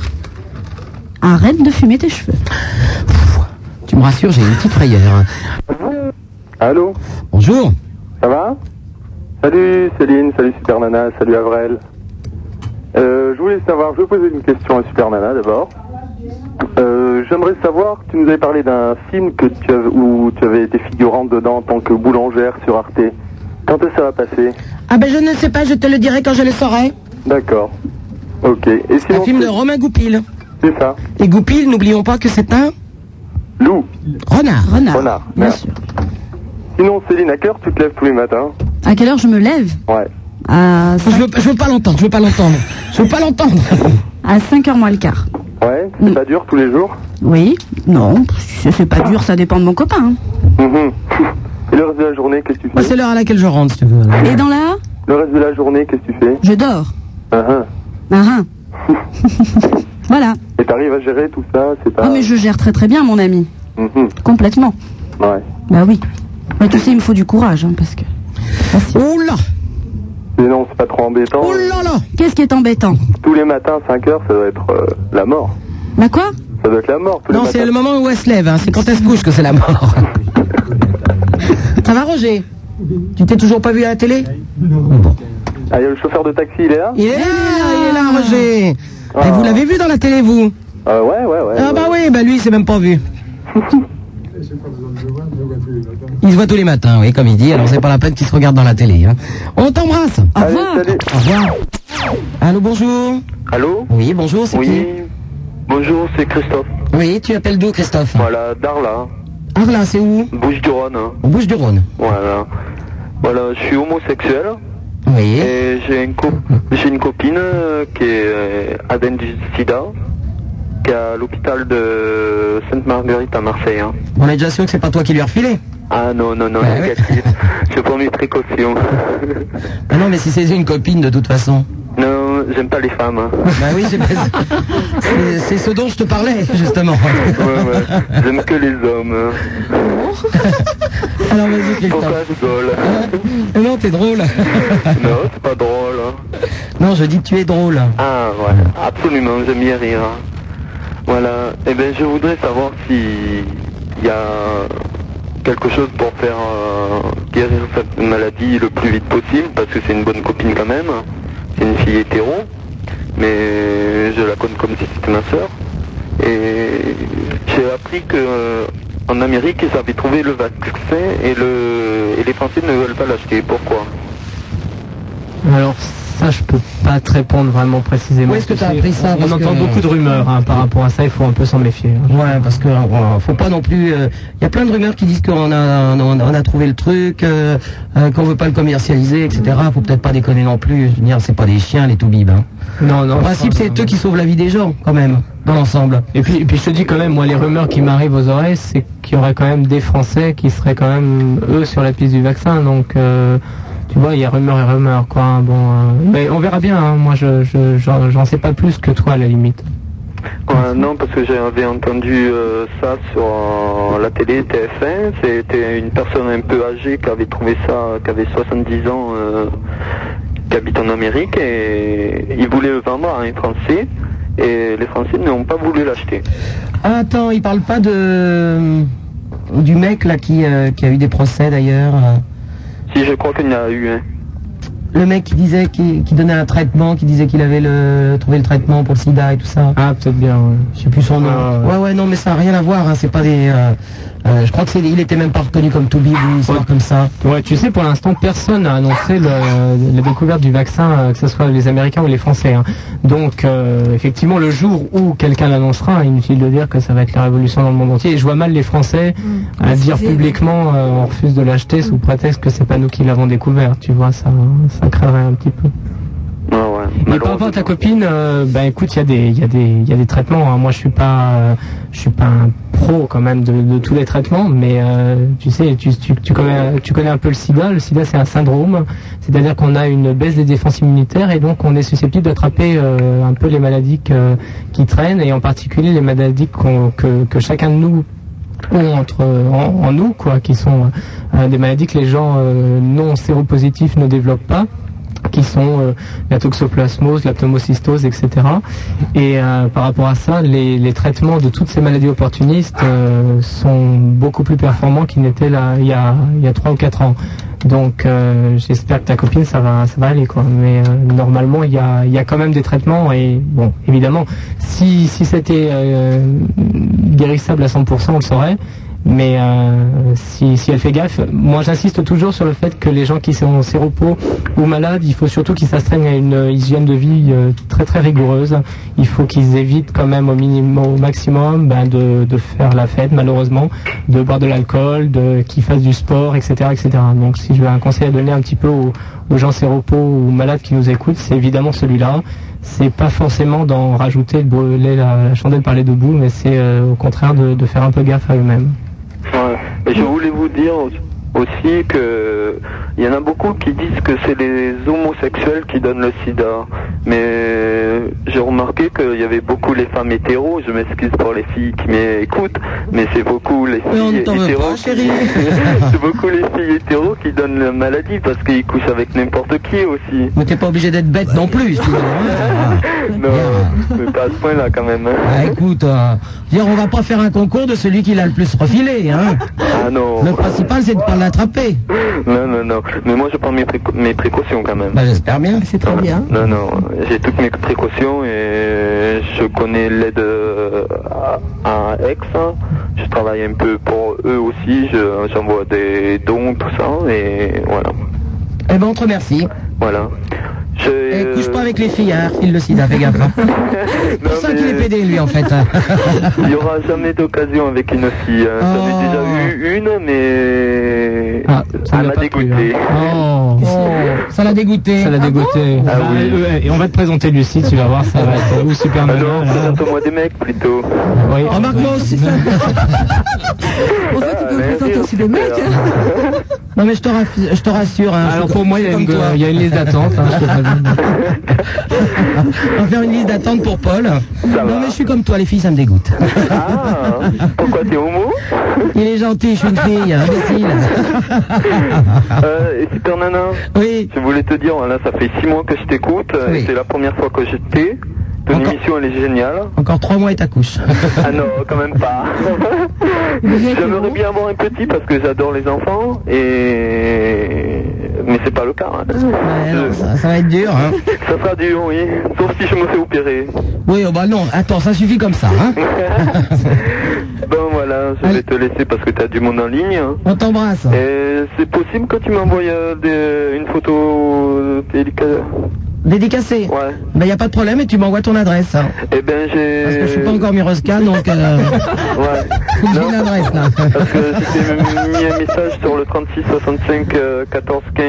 S5: Arrête de fumer tes cheveux.
S2: Tu me rassures, j'ai une petite frayeur.
S6: Allô
S2: Bonjour
S6: Ça va Salut Céline, salut Super Nana, salut Avrel. Euh, je voulais savoir, je vais poser une question à Super Nana d'abord. Euh, J'aimerais savoir, tu nous avais parlé d'un film que tu av- où tu avais été figurante dedans en tant que boulangère sur Arte. Quand est-ce que ça va passer
S2: Ah ben je ne sais pas, je te le dirai quand je le saurai.
S6: D'accord. Ok. Et
S2: Un
S6: sinon,
S2: film de
S6: c'est-
S2: Romain Goupil.
S6: c'est ça.
S2: Et Goupil, n'oublions pas que c'est un
S6: Lou,
S2: renard.
S5: Renard.
S6: renard.
S5: Bien
S6: Merde.
S5: sûr.
S6: Sinon, Céline, à cœur, tu te lèves tous les matins
S5: À quelle heure je me lève
S6: Ouais.
S5: à,
S2: Je veux, je veux pas l'entendre, je veux pas l'entendre. Je veux pas l'entendre.
S5: 5h moins le quart.
S6: Ouais, c'est
S5: Mm.
S6: pas dur tous les jours
S5: Oui Non, c'est c'est pas dur, ça dépend de mon copain. hein.
S6: Mhm. Et le reste de la journée, qu'est-ce que tu
S2: Moi,
S6: fais
S2: Ah, c'est l'heure à laquelle je rentre, si tu veux. alors.
S5: hein. Et dans la
S6: Le reste de la journée, qu'est-ce que tu fais
S5: je dors.
S6: Uh-huh.
S5: Ah, ah. voilà.
S6: Et t'arrives à gérer tout ça, c'est pas.
S5: Oh, mais je gère très très bien, mon ami.
S6: Mhm,
S5: Complètement.
S6: Ouais.
S5: Bah oui. Mais tu sais, il me faut du courage, hein, parce que...
S2: Oh là
S6: Mais non, c'est pas trop embêtant.
S2: Oh là là
S5: Qu'est-ce qui est embêtant
S6: Tous les matins, 5 heures, ça doit être euh, la mort.
S5: Bah quoi
S6: Ça doit être la mort. Tous
S2: Non,
S6: les matins.
S2: c'est le moment où elle se lève, hein. c'est quand elle se couche que c'est la mort. Ça va, Roger Tu t'es toujours pas vu à la télé
S6: Ah, y a le chauffeur de taxi, il est là
S2: Il est là, il est là, Roger
S6: Ah.
S2: Et Vous l'avez vu dans la télé, vous
S6: Euh, Ouais, ouais, ouais.
S2: Ah
S6: ouais.
S2: bah oui, bah lui, il s'est même pas vu. Il se voit tous les matins, oui, comme il dit, alors c'est pas la peine qu'il se regarde dans la télé. hein. On t'embrasse
S5: Au
S6: Allez,
S5: revoir.
S6: salut.
S2: Au revoir Allô, bonjour
S6: Allô
S2: Oui, bonjour, c'est qui
S6: Oui. Bonjour, c'est Christophe.
S2: Oui, tu appelles d'où, Christophe
S6: Voilà, Darla, hein.
S2: Arlin, c'est où
S6: Bouche-du-Rhône. hein.
S2: Au Bouches-du-Rhône.
S6: Voilà. Voilà, je suis homosexuel
S2: Oui.
S6: et j'ai une, co- j'ai une copine euh, qui est euh, atteinte du sida, qui est à l'hôpital de Sainte-Marguerite à Marseille. hein.
S2: On est déjà sûr que c'est pas toi qui lui as refilé
S6: Ah non, non, non,
S2: Ouais,
S6: négatif. Je prends mes précautions.
S2: Ah non, mais si c'est une copine de toute façon.
S6: non, j'aime pas les femmes. hein.
S2: Bah oui, c'est pas... c'est- c'est ce dont je te parlais, justement.
S6: Ouais, ouais. J'aime que les hommes. hein.
S2: Alors vas-y,
S6: Pourquoi
S2: Christophe.
S6: je rigole
S2: Non, t'es drôle.
S6: Non, c'est pas drôle. hein.
S2: Non, je dis tu es drôle.
S6: Ah ouais, absolument, j'aime bien rire. Voilà. Eh bien, je voudrais savoir si il y a quelque chose pour faire euh, guérir cette maladie le plus vite possible, parce que c'est une bonne copine quand même. C'est une fille hétéro, mais je la compte comme si c'était ma sœur. Et j'ai appris que euh, en Amérique, ils avaient trouvé le vaccin et, le... et les Français ne veulent pas l'acheter. Pourquoi
S7: Alors ça, je peux pas te répondre vraiment précisément.
S2: Où est-ce que
S7: Parce
S2: t'as appris ça
S7: On,
S2: Parce
S7: entend
S2: que-
S7: beaucoup de rumeurs hein, par rapport à ça. Il faut un peu s'en méfier. hein.
S2: Ouais, parce que euh, faut pas non plus. Il y a plein de rumeurs qui disent qu'on a, on, on a trouvé le truc, euh, euh, qu'on veut pas le commercialiser, etc. Faut peut-être pas déconner non plus. Je veux dire, c'est pas des chiens les toubibs. Hein.
S7: Non, non.
S2: En principe,
S7: enfin,
S2: c'est eux qui sauvent la vie des gens, quand même, dans l'ensemble.
S7: Et puis, et puis je te dis quand même, moi, les rumeurs qui m'arrivent aux oreilles, c'est qu'il y aurait quand même des Français qui seraient quand même eux sur la piste du vaccin. Donc, euh, tu vois, il y a rumeurs et rumeurs, quoi. hein, Bon, euh, mais on verra bien. hein. Moi, je, je, j'en j'en sais pas plus que toi, à la limite.
S6: Ouais, non, parce que j'avais entendu euh, ça sur euh, la télé TF1. C'était une personne un peu âgée qui avait trouvé ça, qui avait 70 ans, euh, qui habite en Amérique, et il voulait le vendre à un Français, et les Français n'ont pas voulu l'acheter.
S2: Ah, attends, il parle pas de du mec là qui, euh, qui a eu des procès d'ailleurs. euh,
S6: Si je crois qu'il y en a eu un.
S2: Le mec qui disait qui, qui donnait un traitement, qui disait qu'il avait le, trouvé le traitement pour le sida et tout ça.
S7: Ah, peut-être bien. ouais.
S2: Je sais plus son nom.
S7: Ah, ouais.
S2: ouais, ouais, non, mais ça n'a rien à voir. hein, c'est pas des. euh, euh, je crois que c'est, il était même pas reconnu comme Toubib ou une histoire
S7: Ouais.
S2: comme ça.
S7: Ouais, tu sais, pour l'instant, personne n'a annoncé le- la découverte du vaccin, euh, que ce soit les Américains ou les Français. hein. Donc, euh, effectivement, le jour où quelqu'un l'annoncera, hein, inutile de dire que ça va être la révolution dans le monde entier. Et je vois mal les Français à dire publiquement, euh, on refuse de l'acheter sous prétexte que c'est pas nous qui l'avons découvert. Tu vois, ça, ça craindrait un petit peu.
S6: Ouais, ouais.
S7: Mais par rapport à ta copine, euh, ben écoute, il y a des, il y a des, il y a des traitements. hein. Moi, je suis pas, euh, je suis pas un pro quand même de, de tous les traitements, mais euh, tu sais, tu, tu, tu connais, tu connais un peu le SIDA. Le SIDA, c'est un syndrome, c'est-à-dire qu'on a une baisse des défenses immunitaires et donc on est susceptible d'attraper euh, un peu les maladies que- qui traînent et en particulier les maladies qu'on- que, que chacun de nous ont entre euh, en, en nous quoi qui sont euh, des maladies que les gens euh, non séropositifs ne développent pas qui sont euh, la toxoplasmose, la pneumocystose, etc. Et euh, par rapport à ça, les, les traitements de toutes ces maladies opportunistes euh, sont beaucoup plus performants qu'ils n'étaient là il y a il y a trois ou quatre ans. Donc euh, j'espère que ta copine ça va ça va aller quoi. Mais euh, normalement il y a il y a quand même des traitements et bon évidemment si si c'était euh, guérissable à 100% on le saurait. Mais euh, si, si elle fait gaffe, moi j'insiste toujours sur le fait que les gens qui sont séropos ou malades, il faut surtout qu'ils s'astreignent à une euh, hygiène de vie euh, très très rigoureuse. Il faut qu'ils évitent quand même au minimum, au maximum, ben, de, de faire la fête malheureusement, de boire de l'alcool, de qu'ils fassent du sport, etc., etc. Donc si je veux un conseil à donner un petit peu aux, aux gens séropos ou malades qui nous écoutent, c'est évidemment celui-là. C'est pas forcément d'en rajouter, de brûler la, la chandelle par les deux bouts, mais c'est euh, au contraire de- de faire un peu gaffe à eux-mêmes.
S6: Ouais. Et je voulais vous dire au- aussi que il y en a beaucoup qui disent que c'est les homosexuels qui donnent le sida. Mais j'ai remarqué qu'il y avait beaucoup les femmes hétéros, je m'excuse pour les filles qui m'écoutent, mais c'est beaucoup les
S2: on ne
S6: filles
S2: t'en veut
S6: hétéros.
S2: pas,
S6: qui-
S2: chérie.
S6: c'est beaucoup les filles hétéros qui donnent la maladie parce qu'ils couchent avec n'importe qui aussi.
S2: Mais t'es pas obligé d'être bête non plus. si tu veux, hein.
S6: Non, mais pas à ce point-là quand même. hein.
S2: Ah, écoute, euh, je veux dire, on va pas faire un concours de celui qui l'a le plus refilé. Hein.
S6: Ah non.
S2: Le principal, c'est de pas l'attraper.
S6: Non, non, non. Mais moi je prends mes, préco- mes précautions quand même.
S2: Bah, j'espère bien. C'est
S5: très bien.
S6: Non, non, j'ai toutes mes précautions et je connais l'aide euh, à, à Aix. Je travaille un peu pour eux aussi, je- j'envoie des dons, tout ça, et voilà.
S2: Eh ben, on te remercie.
S6: Voilà. Je,
S2: Et
S6: euh,
S2: couche pas avec les filles, hein, refile le sida, fais gaffe. hein. C'est
S6: non,
S2: pour ça qu'il
S6: mais
S2: est pédé, lui, en fait. hein.
S6: Il n'y aura jamais d'occasion avec une fille. hein. J'en ai
S2: Oh.
S6: déjà eu une, mais
S7: Ah, ça
S6: elle
S7: l'a
S6: m'a
S7: pas
S6: dégoûté.
S7: plu, hein. Oh,
S2: Oh, ça l'a dégoûté.
S7: ça l'a dégoûté.
S6: Ah
S7: Bah,
S6: oui.
S7: euh, Et on va te présenter Lucie, tu vas voir, ça va être ou super
S6: Ah
S7: nana,
S6: non,
S7: là.
S6: présente-moi des mecs plutôt.
S7: Oui.
S2: Remarque-moi aussi. ça.
S8: En fait, tu
S6: Ah,
S8: peux
S6: mais
S8: présenter
S6: oui,
S8: aussi des mecs.
S6: super.
S2: hein. Non, mais je te rass- je te rassure. hein,
S7: Ah, Alors
S2: je-
S7: pour moi, il y, a
S2: comme
S7: une-
S2: toi.
S7: il y a une liste d'attente. hein, je te préviens.
S2: On va faire une liste d'attente pour Paul. non,
S6: va.
S2: mais je suis comme toi, les filles, ça me dégoûte.
S6: Ah, pourquoi t'es homo
S2: Il est gentil, je suis une fille, hein, imbécile.
S7: Ah.
S6: euh, Et super nana
S2: Oui.
S6: Je voulais te dire, là, ça fait six mois que je t'écoute. euh,
S2: Oui.
S6: et C'est la première fois que je t'ai. Ton émission, elle est géniale.
S2: Encore trois mois et t'accouches.
S6: Ah non, quand même pas. J'aimerais bien avoir un petit parce que j'adore les enfants et mais c'est pas le cas. hein. Je-
S2: ça, ça va être dur. Hein.
S6: Ça sera dur, oui. Sauf si je me fais opérer.
S2: Oui, oh, bah non, attends, ça suffit comme ça. Hein.
S6: Bon Ben, voilà, je vais te laisser parce que t'as du monde en ligne. hein.
S2: On t'embrasse.
S6: Et c'est possible que tu m'envoies euh, des- une photo délicate.
S2: Dédicacé.
S6: Ouais.
S2: Bah y a pas de problème et tu m'envoies ton adresse. hein.
S6: Eh ben j'ai.
S2: Parce que je suis pas encore Miroska, donc euh,
S6: Ouais.
S2: faut que j'ai l'adresse là.
S6: Parce que j'ai mis un message sur le 36 65 euh, 14 15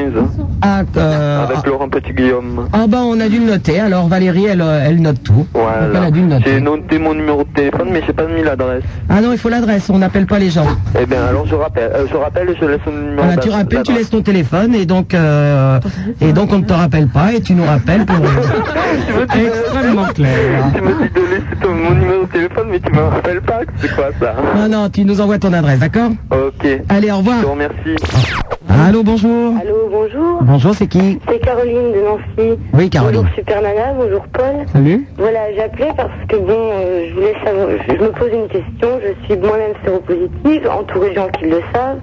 S2: Ah, euh,
S6: avec Laurent Petit Guillaume.
S2: ah bah on a dû le noter. Alors Valérie, elle, euh, elle note tout. Donc, elle
S6: Voilà.
S2: a dû le noter.
S6: J'ai noté mon numéro de téléphone mais j'ai pas mis l'adresse.
S2: Ah non, il faut l'adresse. On n'appelle pas les gens.
S6: Eh bien alors je rappelle, euh, je rappelle, je laisse mon numéro.
S2: Voilà, tu
S6: d'adresse.
S2: rappelles, tu laisses ton téléphone et donc euh, et donc on ne te rappelle pas et tu nous rappelles pour. Euh,
S7: Extrêmement clair.
S6: Tu me dis de laisser ton, mon numéro de téléphone mais tu me rappelles pas. C'est quoi ça
S2: Non non, tu nous envoies ton adresse, d'accord
S6: Ok.
S2: Allez, au revoir.
S6: Je te remercie.
S2: Allô, bonjour.
S3: Allô, bonjour.
S2: Bonjour, c'est qui
S3: C'est Caroline de Nancy.
S2: Oui, Caroline.
S3: Bonjour Super Nana, bonjour Paul.
S2: Salut.
S3: Voilà, j'appelais parce que bon, euh, je voulais savoir, je me pose une question. Je suis moi-même séropositive, entourée de gens qui le savent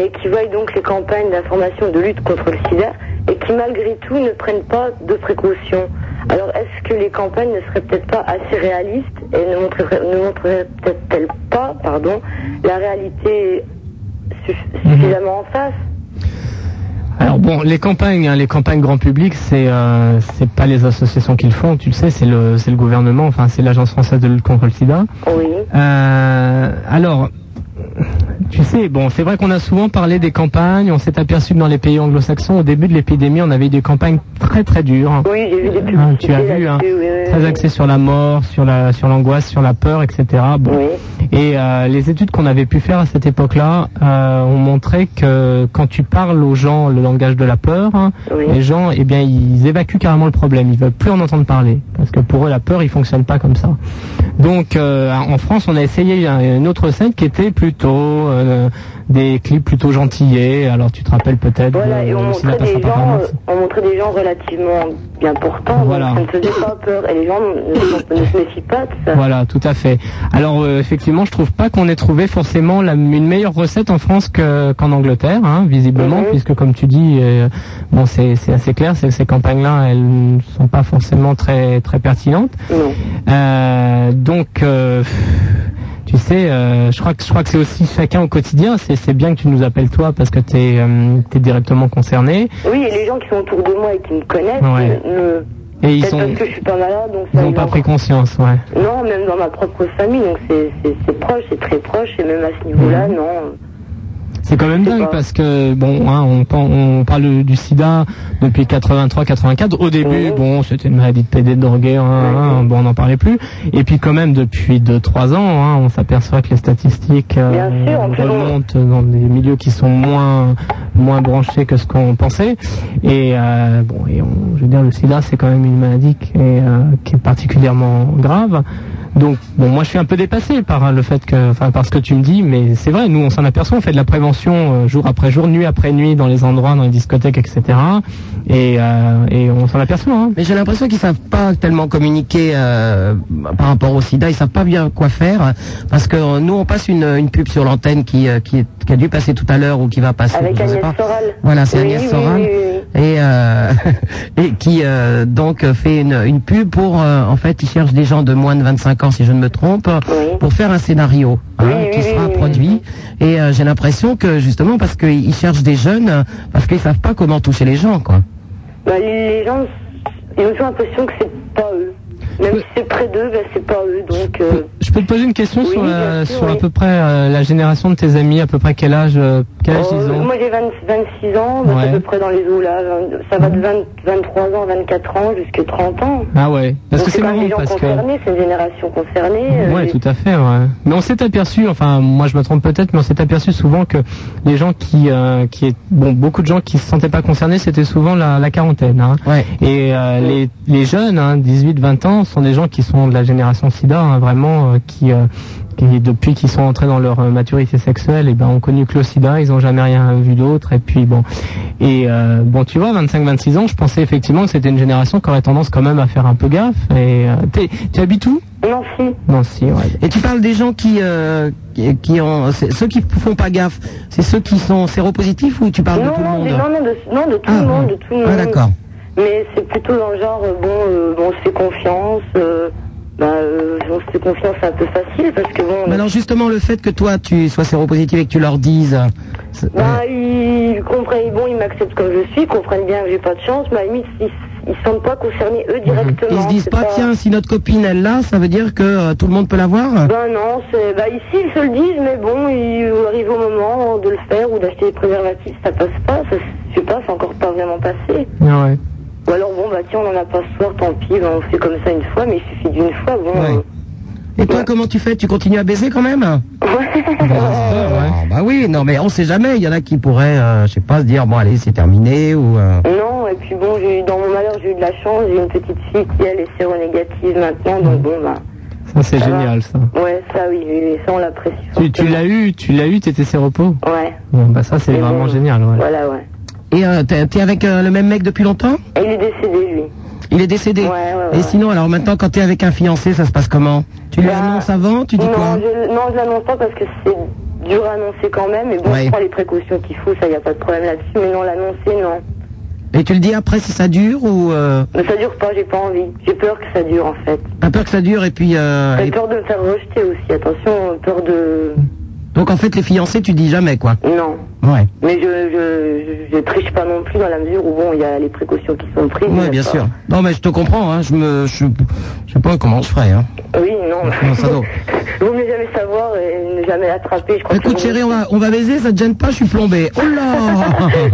S3: et qui voient donc les campagnes d'information de lutte contre le sida et qui malgré tout ne prennent pas de précautions. Alors est-ce que les campagnes ne seraient peut-être pas assez réalistes et ne montreraient, ne montreraient peut-être pas, pardon, la réalité suff-
S2: Mhm.
S3: suffisamment en face
S7: Alors bon, les campagnes, hein, les campagnes grand public, c'est euh, c'est pas les associations qui le font, tu le sais, c'est le c'est le gouvernement, enfin c'est l'agence française de lutte contre le sida. Euh,
S3: Oui.
S7: alors. Tu sais, bon, c'est vrai qu'on a souvent parlé des campagnes. On s'est aperçu que dans les pays anglo-saxons, au début de l'épidémie, on avait eu des campagnes très très dures.
S3: Oui, j'ai vu des
S7: publicités. Ah, tu as vu, hein, très axées sur la mort, sur la sur l'angoisse, sur la peur, etc. Bon. Et euh, les études qu'on avait pu faire à cette époque-là euh, ont montré que quand tu parles aux gens le langage de la peur, hein, les gens, eh bien, ils évacuent carrément le problème. Ils veulent plus en entendre parler parce que pour eux, la peur, il fonctionne pas comme ça. Donc, euh, en France, on a essayé un- une autre scène qui était plutôt euh, des clips plutôt gentillés. Alors, tu te rappelles peut-être
S3: Voilà,
S7: de-
S3: et on
S7: de Sylvia
S3: montrait, des
S7: Passapapa,
S3: gens,
S7: Max.
S3: euh, on montrait des gens relativement bien portants,
S7: hein. Voilà.
S3: donc ça ne faisait pas peur, et les gens ne, se- ne se méfient pas de ça.
S7: Voilà, tout à fait. Alors euh, effectivement, je trouve pas qu'on ait trouvé forcément la, une meilleure recette en France que- qu'en Angleterre, hein, visiblement,
S3: Mhm.
S7: puisque comme tu dis, euh, bon, c'est c'est assez clair, c'est que ces campagnes-là, elles ne sont pas forcément très très pertinentes. Euh, donc euh, tu sais, euh, je crois que je crois que c'est aussi chacun au quotidien. C'est c'est bien que tu nous appelles toi parce que tu es, directement concerné.
S3: Oui, et les gens qui sont autour de moi et qui me connaissent, euh,
S7: Ouais.
S3: ne- ne-
S7: Et ils
S3: peut-être
S7: sont-
S3: parce que je suis pas malade, donc
S7: Ils
S3: ça
S7: n'ont
S3: ils
S7: pas
S3: en-
S7: pris conscience, ouais.
S3: Non, même dans ma propre famille, donc c'est- c'est c'est proche, c'est très proche, et même à ce niveau-là,
S7: Mhm.
S3: non.
S7: C'est quand même dingue parce que bon, hein, on, pen- on parle du sida depuis 83-84. Au début, bon, c'était une maladie de PD de drogué, hein, hein, bon, on n'en parlait plus. Et puis quand même depuis 2-3 ans, hein, on s'aperçoit que les statistiques euh, remontent dans des milieux qui sont moins moins branchés que ce qu'on pensait. Et euh, bon, et on- je veux dire, le sida, c'est quand même une maladie qui est, euh, qui est particulièrement grave. Donc, bon, moi, je suis un peu dépassé par le fait que, enfin, par ce que tu me dis, mais c'est vrai, nous, on s'en aperçoit, on fait de la prévention euh, jour après jour, nuit après nuit, dans les endroits, dans les discothèques, etc. Et, euh, et on s'en aperçoit. Hein.
S2: Mais j'ai l'impression qu'ils savent pas tellement communiquer euh, par rapport au sida, ils savent pas bien quoi faire parce que euh, nous on passe une, une pub sur l'antenne qui, euh, qui, est- qui a dû passer tout à l'heure ou qui va passer.
S3: Avec
S2: je sais
S3: Agnès
S2: pas.
S3: Soral.
S2: Voilà, c'est
S3: Oui,
S2: Agnès
S3: oui,
S2: Soral
S3: oui,
S2: et euh, et qui euh, donc fait une, une pub pour euh, en fait ils cherchent des gens de moins de 25 ans si je ne me trompe pour faire un scénario hein, qui sera produit et euh, j'ai l'impression que justement parce qu'ils ils cherchent des jeunes euh, parce qu'ils savent pas comment toucher les gens quoi.
S3: Bah, les, les gens, ils ont toujours l'impression que c'est pas eux. Même si c'est près d'eux, bah, c'est pas eux, donc... euh,
S7: Je peux te poser une question sur, la- sur à peu près euh, la génération de tes amis, à peu près quel âge, euh, quel âge
S3: Oh,
S7: ils ont
S3: Moi j'ai 20 26 ans, bah, c'est à
S7: Ouais.
S3: peu près dans les eaux là. vingt- Ça va de 20 23 ans, 24 ans jusqu'à 30 ans.
S7: Ah ouais, parce
S3: Donc,
S7: que c'est
S3: quand même
S7: marrant
S3: des gens
S7: parce que.
S3: concernés, c'est une génération concernée. euh,
S7: Ouais,
S3: les-
S7: tout à fait. Ouais. Mais on s'est aperçu, enfin, moi je me trompe peut-être, mais on s'est aperçu souvent que les gens qui, euh, qui est, bon, beaucoup de gens qui se sentaient pas concernés, c'était souvent la, la quarantaine. Hein. Et euh, les, les jeunes, hein, 18-20 ans, sont des gens qui sont de la génération SIDA, hein, vraiment, euh, qui, euh, qui, depuis qu'ils sont entrés dans leur euh, maturité sexuelle, et ben, ont connu que le sida, ils n'ont jamais rien vu d'autre. Et puis bon, et euh, bon, tu vois, 25-26 ans, je pensais effectivement que c'était une génération qui aurait tendance quand même à faire un peu gaffe. Et euh, t'es- tu habites où
S3: Nancy.
S7: Nancy, ouais.
S2: Et tu parles des gens qui, euh, qui, qui ont, c'est- ceux qui font pas gaffe, c'est ceux qui sont séropositifs ou tu parles Ah, de tout le
S3: Non,
S2: monde
S3: des- non, non, de, non, de tout le monde, de tout le
S2: Ah,
S3: monde.
S2: d'accord.
S3: Mais c'est plutôt dans le genre, euh, bon, euh, bon, on se fait confiance, euh, bah, euh, on se fait confiance un peu facile parce que bon.
S2: Mais alors justement, le fait que toi tu sois séropositif et que tu leur dises, euh, c'est-
S3: Bah, ils comprennent, bon, ils m'acceptent comme je suis, ils comprennent bien que j'ai pas de chance, mais à la limite, ils, ils se sentent pas concernés eux directement.
S2: ils se disent
S3: c'est
S2: pas tiens si notre copine elle l'a, ça veut dire que euh, tout le monde peut l'avoir.
S3: Ben non, c'est, bah ici ils se le disent, mais bon, ils arrivent au moment de le faire ou d'acheter des préservatifs, ça passe pas, ça, je sais pas, c'est encore pas vraiment passé.
S7: Ah Ouais.
S3: Ou alors bon, bah tiens, on en a pas ce soir, tant pis, ben, on fait comme ça une fois, mais il suffit d'une fois, bon. euh,
S2: Et toi, comment tu fais Tu continues à baiser quand même Ah, Bah oui, non mais on sait jamais. Il y en a qui pourraient, euh, je sais pas, se dire bon allez c'est terminé ou. euh,
S3: Non, et puis bon, j'ai eu, dans mon malheur, j'ai eu de la chance, j'ai une petite fille qui, elle, est séronégative maintenant, donc bon, bah.
S7: Ça, c'est génial, ça.
S3: Ouais, ça oui, oui, oui, ça on l'apprécie.
S7: Tu, tu l'as eu, tu l'as eu, t'étais ses repos
S3: Ouais.
S7: Bon, bah ça, c'est
S3: Mais
S7: vraiment
S3: bon,
S7: génial, ouais.
S3: Voilà, ouais.
S2: Et euh, t'es t'es avec euh, le même mec depuis longtemps
S3: Et il est décédé, lui.
S2: Il est décédé. Et sinon, alors maintenant, quand t'es avec un fiancé, ça se passe comment Tu lui annonces avant Tu dis
S3: non,
S2: quoi
S3: je, non, je l'annonce pas parce que c'est dur à annoncer quand même, mais bon,
S2: Ouais.
S3: je prends les précautions qu'il faut, ça y a pas de problème là-dessus, mais non, l'annoncer, non.
S2: Et tu le dis après si ça dure ou euh,
S3: Mais ça dure pas, j'ai pas envie. J'ai peur que ça dure en fait.
S2: t'as peur que ça dure et puis euh,
S3: J'ai
S2: et-
S3: peur de me faire rejeter aussi, attention, peur de.
S2: donc en fait les fiancés tu dis jamais quoi
S3: Non.
S2: Ouais.
S3: Mais je, je, je, je triche pas non plus dans la mesure où bon, il y a les précautions qui sont prises.
S2: Ouais, bien
S3: d'accord.
S2: sûr. Non mais je te comprends. Hein, je me je, je sais pas comment je ferais. Hein.
S3: Oui, non.
S2: Non, ça doit.
S3: Vaut mieux jamais savoir et ne jamais attraper. Je crois
S2: Écoute
S3: que-
S2: chérie, on va, on va baiser, ça te gêne pas, je suis plombé. Oh là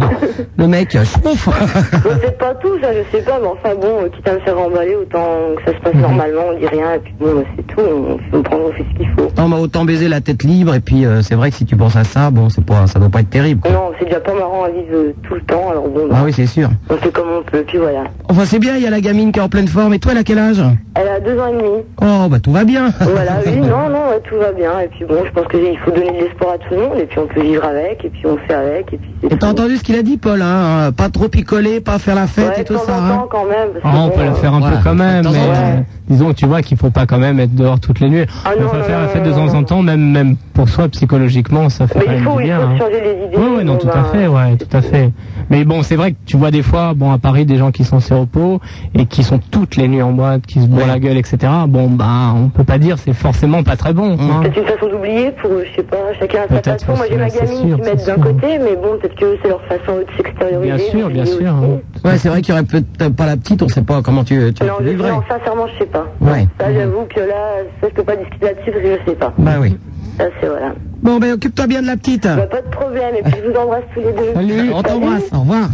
S2: Le mec, chouf
S3: Bon, Peut-être pas tout, ça, je sais pas, mais enfin bon, euh, quitte à me faire emballer, autant que ça se passe normalement, on dit rien, et puis bon, bah, c'est tout, on, on prend, on fait ce qu'il faut.
S2: Non mais autant baiser la tête libre et puis euh, c'est vrai que si tu penses à ça, bon c'est pas ça doit pas être terrible. quoi.
S3: Non, c'est déjà pas marrant à vivre euh, tout le temps, alors bon, bah,
S2: Ah oui c'est sûr.
S3: on fait comme on peut, puis voilà.
S2: Enfin c'est bien, il y a la gamine qui est en pleine forme. Et toi elle a quel âge
S3: Elle a deux ans et demi.
S2: Oh bah tout va bien.
S3: Voilà, oui, non, non, ouais, tout va bien, et puis bon, je pense que j'ai- il faut donner de l'espoir à tout le monde, et puis on peut vivre avec, et puis on fait avec, et puis c'est
S2: Et t'as entendu ce qu'il a dit Paul hein, euh, Pas trop picoler, pas faire la fête et tout ça. hein.
S3: quand même. parce que
S7: Ah, on
S3: bon,
S7: peut la
S3: euh,
S7: faire un
S2: voilà.
S7: peu quand même,
S2: De temps
S7: mais
S2: en temps.
S7: euh, disons, tu vois qu'il faut pas quand même être dehors toutes les nuits.
S3: Ah
S7: on
S3: non,
S7: peut
S3: non,
S7: faire la
S3: non,
S7: fête
S3: non,
S7: de temps
S3: non,
S7: en temps, même, même pour soi psychologiquement, ça fait
S3: euh, Mais
S7: quand
S3: il
S7: même
S3: faut,
S7: du
S3: il
S7: bien.
S3: faut
S7: hein.
S3: changer les idées.
S7: Oui, oui, non,
S3: bon,
S7: tout à
S3: bah,
S7: fait, ouais, tout à fait. Mais bon, c'est vrai que tu vois des fois, bon, à Paris, des gens qui sont séropos et qui sont toutes les nuits en boîte, qui se bourrent la gueule, etc. Bon, bah, on peut pas dire, c'est forcément pas très bon. hein.
S3: C'est une façon d'oublier pour, euh, je sais pas, chacun à sa
S7: Peut-être
S3: façon. Moi, j'ai
S7: aussi,
S3: ma
S7: c'est
S3: gamine
S7: sûr,
S3: qui m'aide
S7: c'est
S3: d'un
S7: sûr.
S3: côté, mais bon, peut-être que c'est leur façon eux, de s'extérioriser.
S7: Bien sûr,
S3: mais
S7: bien
S3: je dis
S7: sûr.
S3: aussi.
S7: hein.
S2: Ouais c'est vrai qu'il y aurait peut-être pas la petite, on sait pas comment tu, tu
S3: Non,
S2: tu
S3: je-
S2: vivrais.
S3: non, sincèrement, je sais pas.
S2: Ouais.
S3: Ça, j'avoue que là, ça, je peux pas discuter là-dessus parce que je sais pas.
S2: Bah oui.
S3: Ça, c'est voilà.
S2: Bon ben occupe-toi bien de la petite.
S3: Bah, pas de problème, et puis je vous embrasse tous les deux.
S2: On t'embrasse. Au revoir.